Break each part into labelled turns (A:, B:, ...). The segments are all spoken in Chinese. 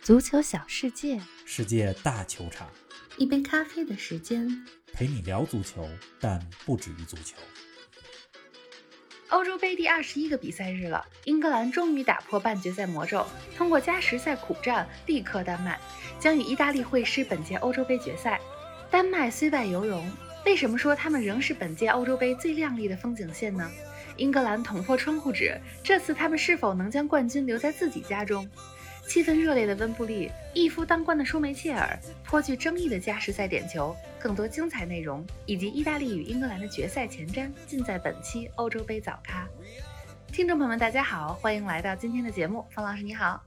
A: 足球小世界，
B: 世界大球场，
A: 一杯咖啡的时间。
B: 陪你聊足球，但不止于足球。
A: 欧洲杯第二十一个比赛日了，英格兰终于打破半决赛魔咒，通过加时赛苦战力克丹麦，将与意大利会师本届欧洲杯决赛。丹麦虽败犹荣，为什么说他们仍是本届欧洲杯最亮丽的风景线呢？英格兰捅破窗户纸，这次他们是否能将冠军留在自己家中？气氛热烈的温布利，一夫当关的舒梅切尔，颇具争议的加时赛点球，更多精彩内容以及意大利与英格兰的决赛前瞻，尽在本期欧洲杯早咖。听众朋友们，大家好，欢迎来到今天的节目，方老师你好。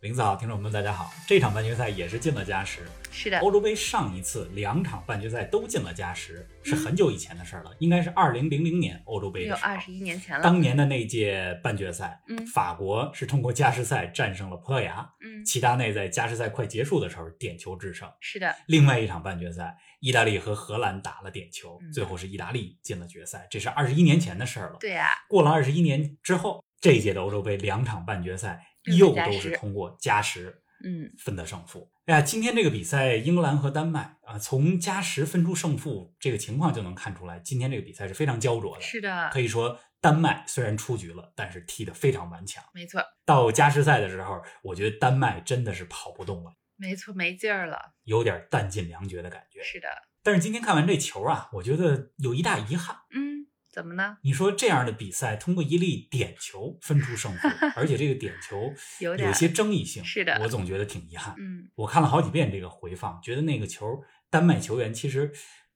B: 林子好，听众朋友们大家好。这场半决赛也是进了加时。
A: 是的，
B: 欧洲杯上一次两场半决赛都进了加时，是很久以前的事儿了，应该是二零零零年欧洲杯
A: 有
B: 的时候
A: 二。十一年前了。
B: 当年的那届半决赛，
A: 嗯
B: 法国是通过加时赛战胜了葡萄牙，
A: 嗯，
B: 齐达内在加时赛快结束的时候点球制胜。
A: 是的，
B: 另外一场半决赛，意大利和荷兰打了点球
A: 嗯，
B: 最后是意大利进了决赛，这是二十一年前的事儿了。
A: 对啊，
B: 过了二十一年之后，这一届的欧洲杯两场半决赛
A: 嗯
B: 又
A: 加
B: 都
A: 时
B: 是通过加时
A: 嗯，
B: 分的胜负。哎呀，今天这个比赛，英格兰和丹麦啊，从加时分出胜负这个情况就能看出来，今天这个比赛是非常焦灼的。
A: 是的
B: 可，以说，丹麦虽然出局了，但是踢得非常顽强。
A: 没错，
B: 到加时赛的时候，我觉得丹麦真的是跑不动了，
A: 没错，没劲儿了。
B: 有点弹尽粮绝的感觉。
A: 是的，
B: 但是今天看完这球啊，我觉得有一大遗憾。
A: 嗯，怎么呢？
B: 你说这样的比赛，通过一粒点球分出 胜负，而且这个点球
A: 有点
B: 有些争议性，
A: 是的
B: 我总觉得挺遗憾。
A: 嗯，
B: 我看了好几遍这个回放，觉得那个球丹麦球员其实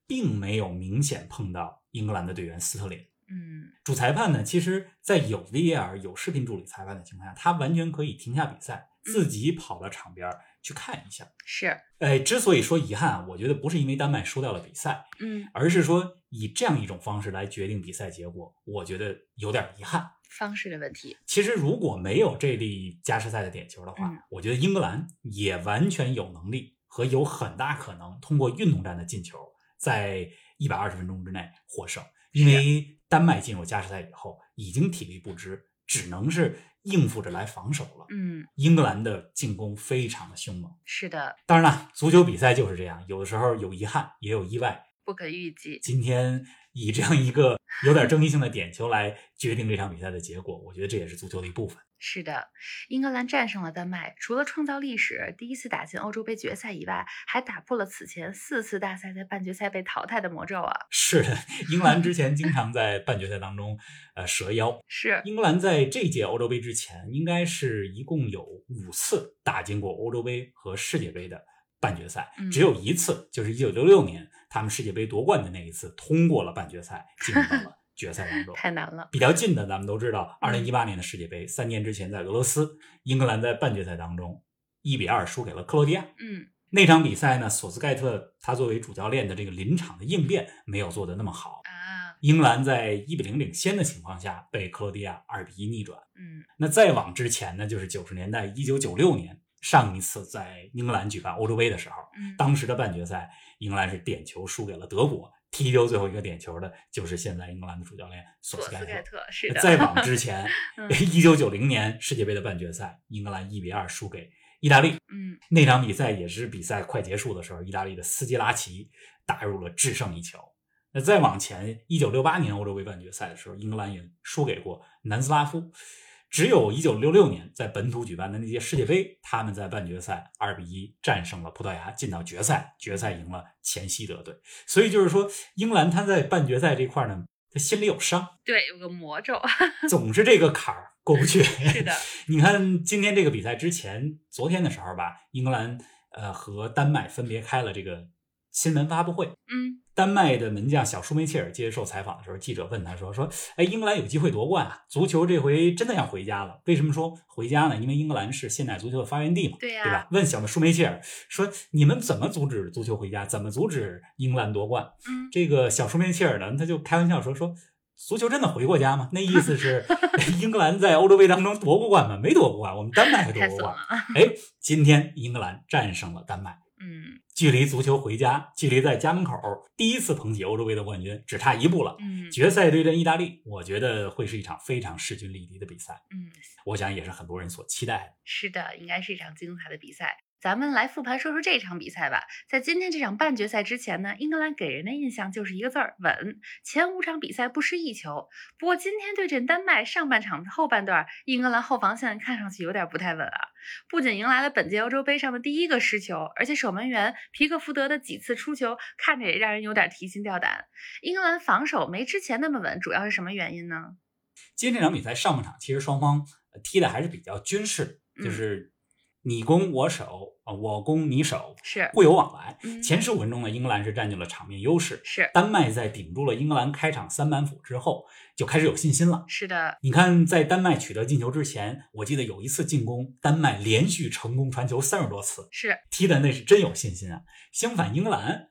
B: 并没有明显碰到英格兰的队员斯特林。
A: 嗯，
B: 主裁判呢，其实在有 VAR 有视频助理裁判的情况下，他完全可以停下比赛，
A: 嗯
B: 自己跑到场边儿去看一下。
A: 是，
B: 哎，之所以说遗憾，啊我觉得不是因为丹麦输掉了比赛，
A: 嗯，
B: 而是说以这样一种方式来决定比赛结果，我觉得有点遗憾。
A: 方式的问题。
B: 其实如果没有这粒加时赛的点球的话，
A: 嗯
B: 我觉得英格兰也完全有能力和有很大可能通过运动战的进球，在一百二十分钟之内获胜。因为丹麦进入加时赛以后已经体力不支，只能是应付着来防守了。
A: 嗯，
B: 英格兰的进攻非常的凶猛。
A: 是的，
B: 当然了，足球比赛就是这样，有的时候有遗憾，也有意外。
A: 不可预计。
B: 今天以这样一个有点争议性的点球来决定这场比赛的结果，我觉得这也是足球的一部分。
A: 是的，英格兰战胜了丹麦，除了创造历史，第一次打进欧洲杯决赛以外，还打破了此前四次大赛在半决赛被淘汰的魔咒啊！
B: 是的，英格兰之前经常在半决赛当中，呃，折腰。
A: 是，
B: 英格兰在这届欧洲杯之前，应该是一共有五次打进过欧洲杯和世界杯的半决赛
A: 嗯，
B: 只有一次，就是一九六六年他们世界杯夺冠的那一次，通过了半决赛，进入到了决赛当中。
A: 太难了。
B: 比较近的，咱们都知
A: 嗯
B: 道，二零一八年的世界杯，三年之前在俄罗斯，英格兰在半决赛当中一比二输给了克罗地亚。
A: 嗯，
B: 那场比赛呢，索斯盖特他作为主教练的这个临场的应变没有做得那么好，
A: 啊，
B: 英格兰在一比零领先的情况下被克罗地亚二比一逆转。
A: 嗯，
B: 那再往之前呢，就是九十年代一九九六年上一次在英格兰举办欧洲杯的时候，
A: 嗯，
B: 当时的半决赛，英格兰是点球输给了德国，踢丢最后一个点球的就是现在英格兰的主教练索
A: 索
B: 斯盖
A: 斯盖
B: 特。
A: 特是的，
B: 再往之前
A: 嗯，
B: 一九九零年世界杯的半决赛，英格兰一比二输给意大利。
A: 嗯，
B: 那场比赛也是比赛快结束的时候，意大利的斯基拉奇打入了制胜一球。那再往前，一九六八年欧洲杯半决赛的时候，英格兰也输给过南斯拉夫。只有一九六六年在本土举办的那届世界杯，他们在半决赛二比一战胜了葡萄牙，进到决赛，决赛赢了前西德队。所以就是说，英格兰他在半决赛这块呢，他心里有伤，
A: 对，有个魔咒。
B: 总是这个坎儿过不去。
A: 是的，
B: 你看今天这个比赛之前，昨天的时候吧，英格兰呃和丹麦分别开了这个新闻发布会。
A: 嗯，
B: 丹麦的门将小舒梅切尔接受采访的时候，记者问他说：“说，哎，英格兰有机会夺冠啊！足球这回真的要回家了。为什么说回家呢？因为英格兰是现代足球的发源地嘛，
A: 对呀
B: 对吧？”问小舒梅切尔说：“你们怎么阻止足球回家？怎么阻止英格兰夺冠？”
A: 嗯，
B: 这个小舒梅切尔呢，他就开玩笑说说。足球真的回过家吗？那意思是 英格兰在欧洲杯当中夺过冠吗？没夺过冠，我们丹麦还夺
A: 太
B: 过
A: 损
B: 冠
A: 了。。啊
B: 哎，今天英格兰战胜了丹麦，
A: 嗯
B: 距离足球回家，距离在家门口第一次捧起欧洲杯的冠军只差一步了。
A: 嗯
B: 决赛对阵意大利，我觉得会是一场非常势均力敌的比赛，
A: 嗯，
B: 我想也是很多人所期待的。
A: 是的，应该是一场精彩的比赛。咱们来复盘说说这场比赛吧。在今天这场半决赛之前呢，英格兰给人的印象就是一个字儿稳，前五场比赛不失一球。不过今天对阵丹麦，上半场后半段，英格兰后防线看上去有点不太稳啊，不仅迎来了本届欧洲杯上的第一个失球，而且守门员皮克福德的几次出球看着也让人有点提心吊胆。英格兰防守没之前那么稳，主要是什么原因呢？
B: 今天这场比赛上半场，其实双方呃踢的还是比较均势，
A: 嗯
B: 就是你攻我守啊，我攻你守，
A: 是
B: 互有往来。
A: 嗯
B: 前十五分钟呢，英格兰是占据了场面优势，
A: 是
B: 丹麦在顶住了英格兰开场三板斧之后，就开始有信心了。
A: 是的，
B: 你看，在丹麦取得进球之前，我记得有一次进攻，丹麦连续成功传球三十多次，
A: 是
B: 踢的那是真有信心啊。相反，英格兰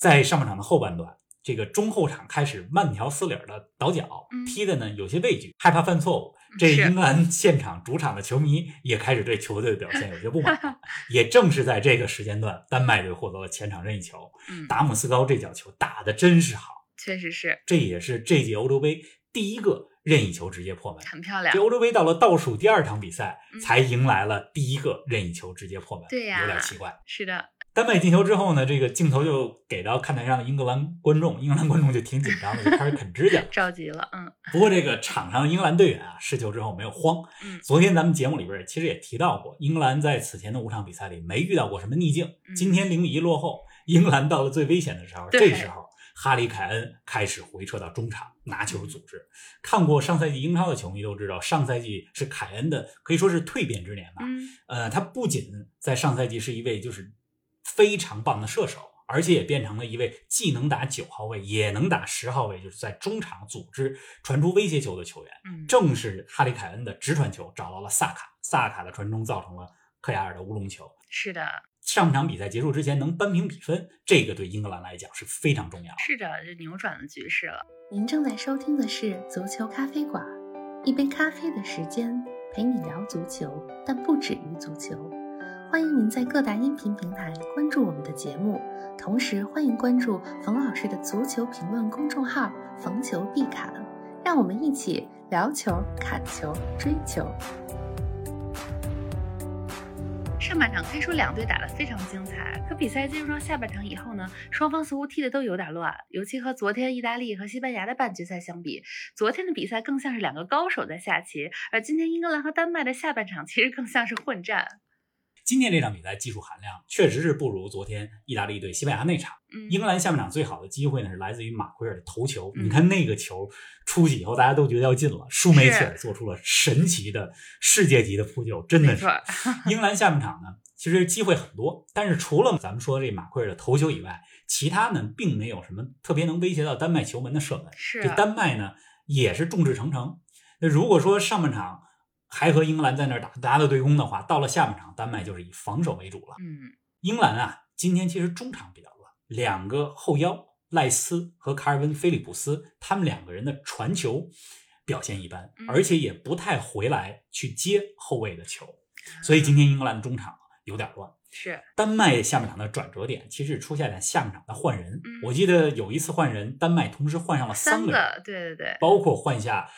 B: 在上半场的后半段，这个中后场开始慢条斯理儿的倒脚
A: 嗯，
B: 踢的呢有些畏惧，害怕犯错误。这
A: 是
B: 英格兰现场主场的球迷也开始对球队的表现有些不满 了。也正是在这个时间段，丹麦队获得了前场任意球，
A: 嗯，
B: 达姆斯高这脚球打的真是好，
A: 确实是
B: 这也是这届欧洲杯第一个任意球直接破门。
A: 很漂亮
B: 这。欧洲杯到了倒数第二场比赛
A: 嗯，
B: 才迎来了第一个任意球直接破门，
A: 对呀
B: 有点奇怪。
A: 是的，
B: 丹麦进球之后呢，这个镜头就给到看台上的英格兰观众，英格兰观众就挺紧张的，就开始啃指甲。
A: 着急了，嗯
B: 不过这个场上的英格兰队员啊，失球之后没有慌。
A: 嗯
B: 昨天咱们节目里边其实也提到过，英格兰在此前的五场比赛里没遇到过什么逆境
A: 嗯。
B: 今天零比一落后，英格兰到了最危险的时候，
A: 对
B: 这时候哈里凯恩开始回撤到中场拿球组织。看过上赛季英超的球迷都知道，上赛季是凯恩的可以说是蜕变之年吧。
A: 嗯，
B: 呃，他不仅在上赛季是一位就是非常棒的射手，而且也变成了一位既能打九号位也能打十号位，就是在中场组织传出威胁球的球员。
A: 嗯
B: 正是哈里凯恩的直传球找到了萨卡，萨卡的传中造成了克亚尔的乌龙球。
A: 是的，
B: 上半场比赛结束之前能扳平比分，这个对英格兰来讲是非常重要的。
A: 是的，就扭转了局势了。
C: 您正在收听的是《足球咖啡馆》，一杯咖啡的时间陪你聊足球，但不止于足球。欢迎您在各大音频平台关注我们的节目，同时欢迎关注冯老师的足球评论公众号“冯球必侃”，让我们一起聊球、砍球、追球。
A: 上半场可以说两队打得非常精彩，可比赛进入到下半场以后呢，双方似乎踢得都有点乱，尤其和昨天意大利和西班牙的半决赛相比，昨天的比赛更像是两个高手在下棋，而今天英格兰和丹麦的下半场其实更像是混战。
B: 今天这场比赛技术含量确实是不如昨天意大利对西班牙那场。
A: 嗯，
B: 英格兰下半场最好的机会呢，是来自于马奎尔的头球。
A: 嗯
B: 你看那个球出去以后，大家都觉得要进了，舒梅切尔做出了神奇的世界级的扑救，真的是
A: 没。
B: 英格兰下半场呢，其实机会很多，但是除了咱们说这马奎尔的头球以外，其他呢并没有什么特别能威胁到丹麦球门的射门。
A: 是啊
B: 这丹麦呢也是众志成城。那如果说上半场还和英格兰在那儿打打打对攻的话，到了下半场，丹麦就是以防守为主了。
A: 嗯
B: 英格兰啊，今天其实中场比较乱，两个后腰赖斯和卡尔文·菲利普斯，他们两个人的传球表现一般
A: 嗯，
B: 而且也不太回来去接后卫的球，所以今天英格兰的中场有点乱。
A: 是
B: 丹麦下半场的转折点其实是出现在下半场的换人
A: 嗯，
B: 我记得有一次换人，丹麦同时换上了
A: 三
B: 个人，
A: 个，对对对，
B: 包括换下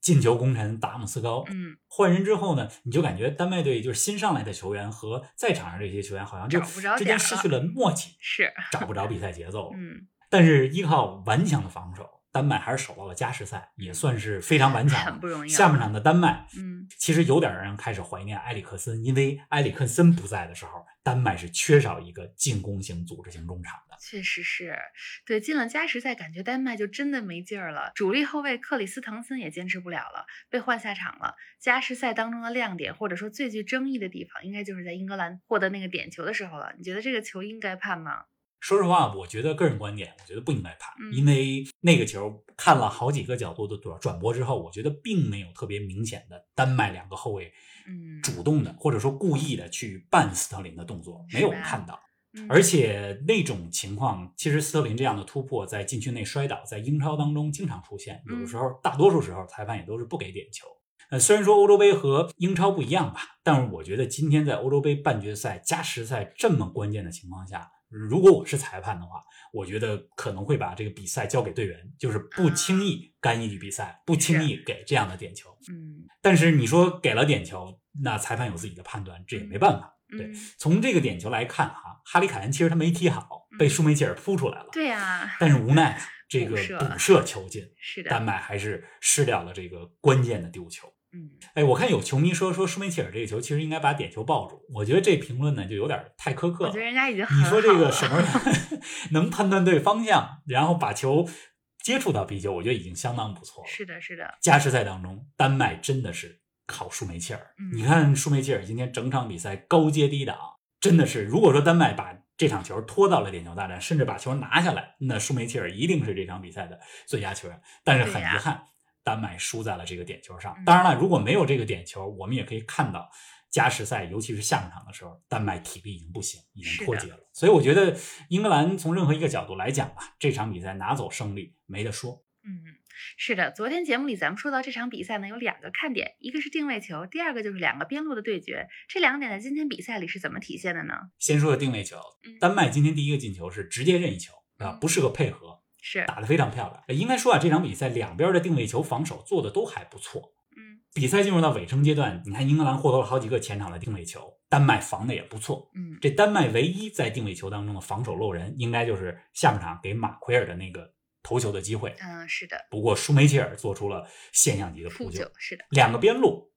B: 进球功臣达姆斯高，
A: 嗯，
B: 换人之后呢，你就感觉丹麦队就是新上来的球员和在场上这些球员好像就
A: 找不着
B: 之间
A: 点儿
B: 失
A: 了
B: 去了默契，
A: 是，
B: 找不着比赛节奏了。
A: 嗯，
B: 但是依靠顽强的防守，丹麦还是守到了加时赛，也算是非常顽强
A: 嗯很
B: 了。
A: 不容易啊。
B: 下半场的丹麦
A: 嗯，
B: 其实有点让人开始怀念埃里克森，因为埃里克森不在的时候，丹麦是缺少一个进攻型、组织型中场的。
A: 确实是，对，进了加时赛，感觉丹麦就真的没劲儿了。主力后卫克里斯滕森也坚持不了了，被换下场了。加时赛当中的亮点，或者说最具争议的地方，应该就是在英格兰获得那个点球的时候了。你觉得这个球应该判吗？
B: 说实话，我觉得个人观点，我觉得不应该判，
A: 嗯
B: 因为那个球看了好几个角度的转转播之后，我觉得并没有特别明显的丹麦两个后卫
A: 嗯，
B: 主动的或者说故意的去绊斯特林的动作，没有
A: 是吧
B: 看到。
A: 嗯
B: 而且那种情况，其实斯特林这样的突破在禁区内摔倒，在英超当中经常出现，有
A: 嗯
B: 的时候大多数时候裁判也都是不给点球。呃，虽然说欧洲杯和英超不一样吧，但是我觉得今天在欧洲杯半决赛加时赛这么关键的情况下，如果我是裁判的话，我觉得可能会把这个比赛交给队员，就是
A: 啊
B: 不轻易干预比赛，不轻易给这样的点球。
A: 嗯
B: 但是你说给了点球，那裁判有自己的判断，这也没办法。对
A: 嗯，
B: 从这个点球来看啊哈，哈里凯恩其实他没踢好，被舒梅切尔扑出来了。
A: 嗯对呀，
B: 但是无奈啊这个
A: 补射
B: 补射球进，
A: 是
B: 丹
A: 的，
B: 麦还是失掉了这个关键的丢球。
A: 嗯，
B: 哎，我看有球迷说说舒梅切尔这个球其实应该把点球抱住，我觉得这评论呢就有点太苛刻
A: 我
B: 了
A: 觉。得人家已经很
B: 你说这
A: 好
B: 个
A: 了
B: 什么 能判断对方向，然后把球接触到 B 球，我觉得已经相当不错了。
A: 是的，是的，
B: 加时赛当中，丹麦真的是靠舒梅切尔。
A: 嗯
B: 你看舒梅切尔今天整场比赛高接低挡，真的是，如果说丹麦把这场球拖到了点球大战，甚至把球拿下来，那舒梅切尔一定是这场比赛的最佳球员。但是很
A: 对呀
B: 遗憾，丹麦输在了这个点球上
A: 嗯。
B: 当然了，如果没有这个点球，我们也可以看到加时赛，尤其是下半场的时候，丹麦体力已经不行，已
A: 是
B: 经
A: 的
B: 脱节了。所以我觉得英格兰从任何一个角度来讲吧，这场比赛拿走胜利没得说。
A: 嗯，是的，昨天节目里咱们说到这场比赛呢，有两个看点，一个是定位球，第二个就是两个边路的对决。这两点在今天比赛里是怎么体现的呢？
B: 先说的定位球，
A: 嗯，
B: 丹麦今天第一个进球是直接任意球啊，不是个配合，
A: 是，
B: 打得非常漂亮。呃应该说啊，这场比赛两边的定位球防守做的都还不错。
A: 嗯
B: 比赛进入到尾声阶段，你看英格兰获得了好几个前场的定位球，丹麦防的也不错。
A: 嗯，
B: 这丹麦唯一在定位球当中的防守漏人，应该就是下半场给马奎尔的那个头球的机会。
A: 嗯，是的，
B: 不过舒梅切尔做出了现象级的
A: 负
B: 扑救
A: 九，，是的，
B: 两个边路。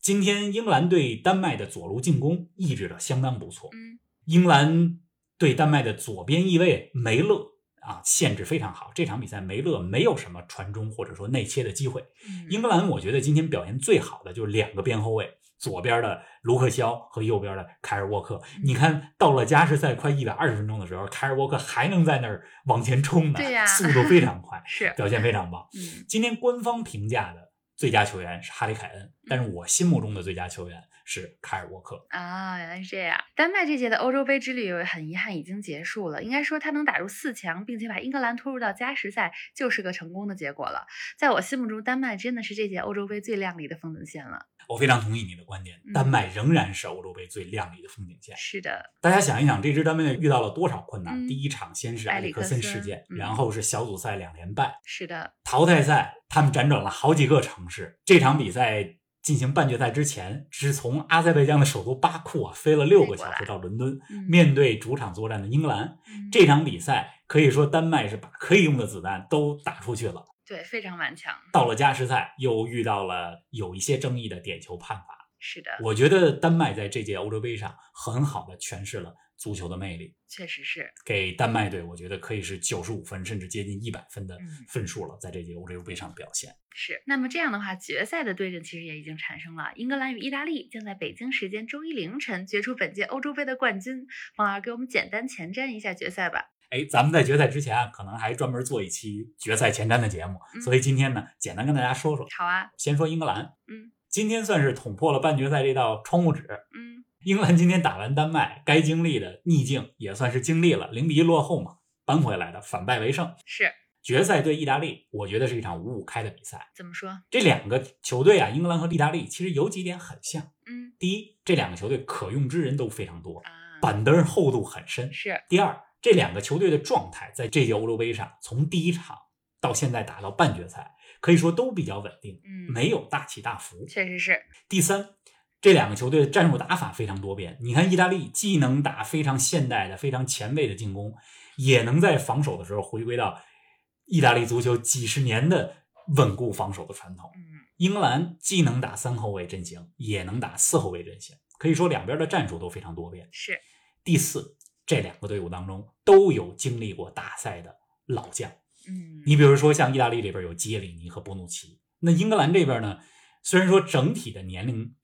B: 今天英格兰对丹麦的左路进攻抑制的相当不错，
A: 嗯
B: 英格兰对丹麦的左边翼卫梅勒啊，限制非常好。这场比赛梅勒没有什么传中或者说内切的机会。
A: 嗯，
B: 英格兰我觉得今天表现最好的就是两个边后卫，左边的卢克肖和右边的凯尔沃克。
A: 嗯
B: 你看到了加时赛快一百二十分钟的时候，凯尔沃克还能在那儿往前冲呢，
A: 对呀，
B: 速度非常快
A: 是，
B: 表现非常棒。
A: 嗯
B: 今天官方评价的最佳球员是哈里凯
A: 嗯
B: 恩，但是我心目中的最佳球员是凯尔沃克。
A: 啊，原来是这样。丹麦这届的欧洲杯之旅很遗憾已经结束了，应该说它能打入四强，并且把英格兰拖入到加时赛，就是个成功的结果了。在我心目中，丹麦真的是这届欧洲杯最亮丽的风景线了。
B: 我非常同意你的观点
A: 嗯，
B: 丹麦仍然是欧洲杯最亮丽的风景线。
A: 是的，
B: 大家想一想，这支丹麦队遇到了多少困难？
A: 嗯
B: 第一场先是
A: 埃
B: 埃
A: 里
B: 里克
A: 克
B: 森
A: 森
B: 事件，
A: 嗯
B: 然后是小组赛两连败，
A: 是的，
B: 淘汰赛他们辗转了好几个城市。这场比赛进行半决赛之前，是从阿塞拜疆的首都巴库啊飞了六个小时到伦敦，
A: 嗯、
B: 面对主场作战的英格兰。
A: 嗯
B: 这场比赛可以说丹麦是把可以用的子弹都打出去了。
A: 对非常顽强。
B: 到了加时赛，又遇到了有一些争议的点球判罚。
A: 是的，
B: 我觉得丹麦在这届欧洲杯上很好的诠释了足球的魅力，
A: 确实是。
B: 给丹麦队我觉得可以是九十五分甚至接近一百分的
A: 嗯
B: 分数了，在这届欧洲杯上表现。
A: 是，那么这样的话，决赛的对阵其实也已经产生了。英格兰与意大利将在北京时间周一凌晨决出本届欧洲杯的冠军。王老师给我们简单前瞻一下决赛吧。
B: 哎，咱们在决赛之前啊，可能还专门做一期决赛前瞻的节目，
A: 嗯
B: 所以今天呢，简单跟大家说说。
A: 好啊，
B: 先说英格兰，
A: 嗯，
B: 今天算是捅破了半决赛这道窗户纸。
A: 嗯，
B: 英格兰今天打完丹麦，该经历的逆境也算是经历了，零比一落后嘛，扳回来的，反败为胜。
A: 是
B: 决赛对意大利，我觉得是一场五五开的比赛。
A: 怎么说？
B: 这两个球队啊，英格兰和意大利其实有几点很像。
A: 嗯
B: 第一，这两个球队可用之人都非常多，
A: 啊，
B: 板凳厚度很深。
A: 是
B: 第二，这两个球队的状态在这届欧洲杯上，从第一场到现在打到半决赛，可以说都比较稳定，
A: 嗯，
B: 没有大起大伏。
A: 确实是
B: 第三，这两个球队的战术打法非常多变。你看，意大利既能打非常现代的、非常前卫的进攻，也能在防守的时候回归到意大利足球几十年的稳固防守的传统。
A: 嗯
B: 英格兰既能打三后卫阵型，也能打四后卫阵型，可以说两边的战术都非常多变。
A: 是
B: 第四，这两个队伍当中都有经历过大赛的老将，
A: 嗯
B: 你比如说像意大利这边有基耶里尼和波努奇，那英格兰这边呢，虽然说整体的年龄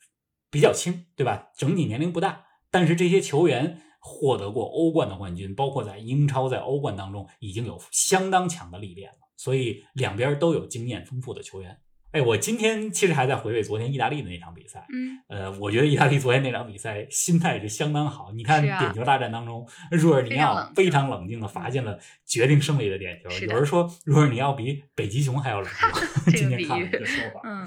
B: 比较轻，对吧？整体年龄不大，但是这些球员获得过欧冠的冠军，包括在英超、在欧冠当中已经有相当强的历练了，所以两边都有经验丰富的球员。哎，我今天其实还在回味昨天意大利的那场比赛，
A: 嗯
B: 呃，我觉得意大利昨天那场比赛心态是相当好。你看
A: 是啊
B: 点球大战当中，若尔尼奥
A: 非
B: 非
A: 常
B: 常冷静的罚进了决定胜利的点球。
A: 嗯是的，
B: 有人说若尔尼奥比北极熊还要冷静
A: 这个
B: 今
A: 比喻
B: 天看了这说法。
A: 嗯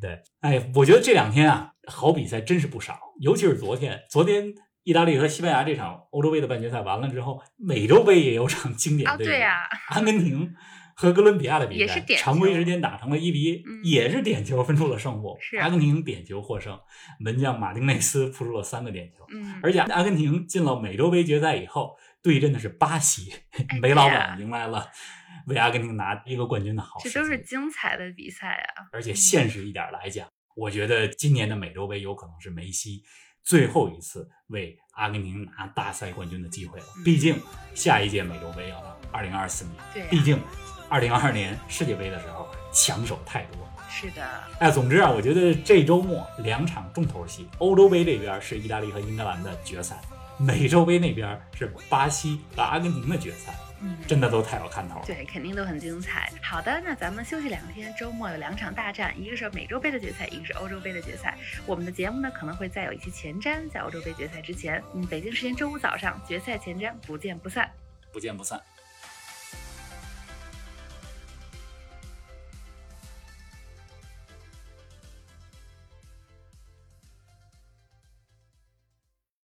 B: 对，哎，我觉得这两天啊，好比赛真是不少，尤其是昨天，昨天。意大利和西班牙这场欧洲杯的半决赛完了之后，美洲杯也有场经典
A: 啊，
B: 对
A: 对
B: 决，
A: 呀、
B: 阿根廷和哥伦比亚的比
A: 也是
B: 赛，
A: 点
B: 常
A: 球
B: 规时间打成了一比一、
A: 嗯
B: 也是点球分出了胜负。
A: 是啊
B: 阿根廷点球获胜，门将马丁内斯扑出了三个点球。
A: 嗯，
B: 而且阿根廷进了美洲杯决赛以后，对阵的是巴西
A: 哎，
B: 梅老
A: 对啊
B: 板迎来了为阿根廷拿一个冠军的好时
A: 这
B: 机。
A: 都是精彩的比赛啊！
B: 而且现实一点来讲，我觉得今年的美洲杯有可能是梅西最后一次为阿根廷拿大赛冠军的机会了
A: 嗯。
B: 毕竟下一届美洲杯要到二零二四年，
A: 对啊
B: 毕竟二零二二年世界杯的时候抢手太多。
A: 是的，
B: 哎，总之啊，我觉得这周末两场重头戏，欧洲杯这边是意大利和英格兰的决赛，美洲杯那边是巴西和阿根廷的决赛，
A: 嗯，
B: 真的都太有看头了。
A: 对，肯定都很精彩。好的，那咱们休息两天，周末有两场大战，一个是美洲杯的决赛，一个是欧洲杯的决赛。我们的节目呢可能会再有一期前瞻，在欧洲杯决赛之前，嗯，北京时间周五早上决赛前瞻，不见不散。
B: 不见不散。